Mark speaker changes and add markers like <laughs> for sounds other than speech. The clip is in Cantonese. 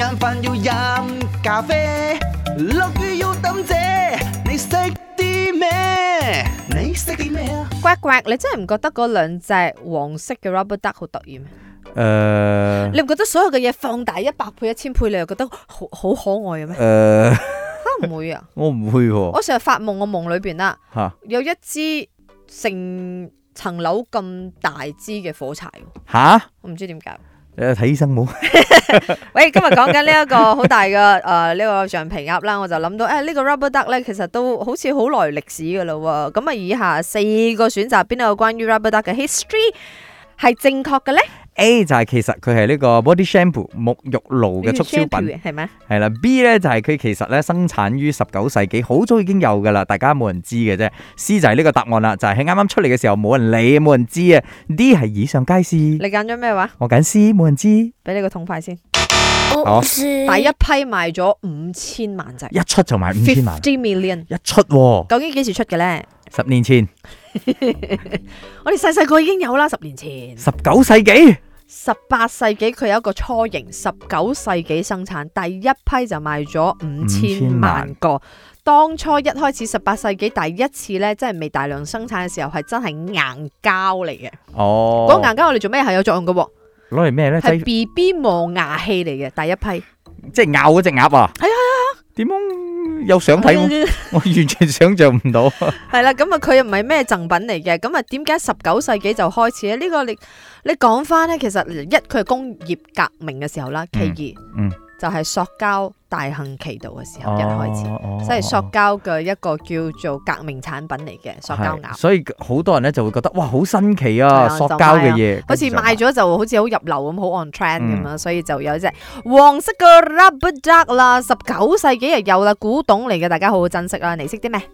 Speaker 1: 餐飯要飲咖啡，落雨要抌遮，你識啲咩？你識啲咩啊？
Speaker 2: 呱呱，你真係唔覺得嗰兩隻黃色嘅 rubber duck 好得意咩？
Speaker 3: 誒呃
Speaker 2: 你唔覺得所有嘅嘢放大一百倍、一千倍，你又覺得好好可愛
Speaker 3: <laughs>
Speaker 2: 嘅咩？
Speaker 3: 誒，
Speaker 2: 嚇唔會啊！
Speaker 3: 呃我唔會喎
Speaker 2: 我成日發夢，我夢裏邊啦，
Speaker 3: <laughs> 嚇
Speaker 2: 有一支成層樓咁大支嘅火柴喎，
Speaker 3: 嚇，
Speaker 2: 我唔知點解。
Speaker 3: 誒呃睇醫生冇？ <laughs>
Speaker 2: 喂，今日講緊呢一個好大嘅 <laughs> 呃誒呢個橡皮鴨啦，我就諗到誒呢個 rubber duck 咧，其實都好似好耐歷史嘅嘞喎。咁啊，以下四個選擇邊度有關於 rubber duck 嘅 history 係正確嘅咧？
Speaker 3: A 就係其實佢係呢個 body shampoo 沐浴露嘅促銷品，
Speaker 2: 係咪？
Speaker 3: 係啦。B 呢就係佢其實咧生產於十九世紀，好早已經有噶啦，大家冇人知嘅啫。C 就係呢個答案啦，就係喺啱啱出嚟嘅時候冇人理，冇人知啊。D 係以上皆是，
Speaker 2: 你揀咗咩話？
Speaker 3: 我揀 C，冇人知，一
Speaker 2: 俾你個痛快先。
Speaker 3: 好
Speaker 4: 我是
Speaker 2: 第一批賣咗五千萬隻
Speaker 3: 出就賣五千萬，
Speaker 2: ，fifty million。
Speaker 3: 一出喎，
Speaker 2: 究竟幾時出嘅咧？
Speaker 3: 十年前，
Speaker 2: 我哋細細個已經有啦，十年前。
Speaker 3: 十九世紀。
Speaker 2: 十八世紀佢有一個初型，十九世紀生產，第一批就賣咗五千萬個。當初一開始十八世紀第一次咧，真係未大量生產嘅時候，係真係硬膠嚟嘅。
Speaker 3: 哦，
Speaker 2: 嗰、硬膠我哋做咩係有作用嘅喎？
Speaker 3: 攞嚟咩咧？
Speaker 2: 係
Speaker 3: 擠
Speaker 2: B B 磨牙器嚟嘅第一批。
Speaker 3: 即係咬嗰只鴨啊！
Speaker 2: 係啊係
Speaker 3: 啊！點樣有相睇
Speaker 2: 嗯
Speaker 3: 我？我完全想象唔
Speaker 2: <laughs>
Speaker 3: 到。
Speaker 2: 系啦，咁啊佢又唔係咩贈品嚟嘅，咁啊點解十九世紀就開始咧？呢、個你你講翻咧，其實一佢係工業革命嘅時候啦，其二、
Speaker 3: 嗯嗯
Speaker 2: 就係塑膠大行其道嘅時候、一開始，
Speaker 3: 始
Speaker 2: 即係塑膠嘅一個叫做革命產品嚟嘅塑膠鴨，
Speaker 3: 所以好多人咧就會覺得哇，好新奇
Speaker 2: 係
Speaker 3: 啊！
Speaker 2: 啊
Speaker 3: 塑膠嘅嘢，
Speaker 2: 好似買
Speaker 3: 跟住
Speaker 2: 咗就好似好入流咁，好 on trend 咁啊，所以就有一隻黃色嘅 rubber duck 啦，十九世紀又有啦，古董嚟嘅，大家好好珍惜啦，你識啲咩？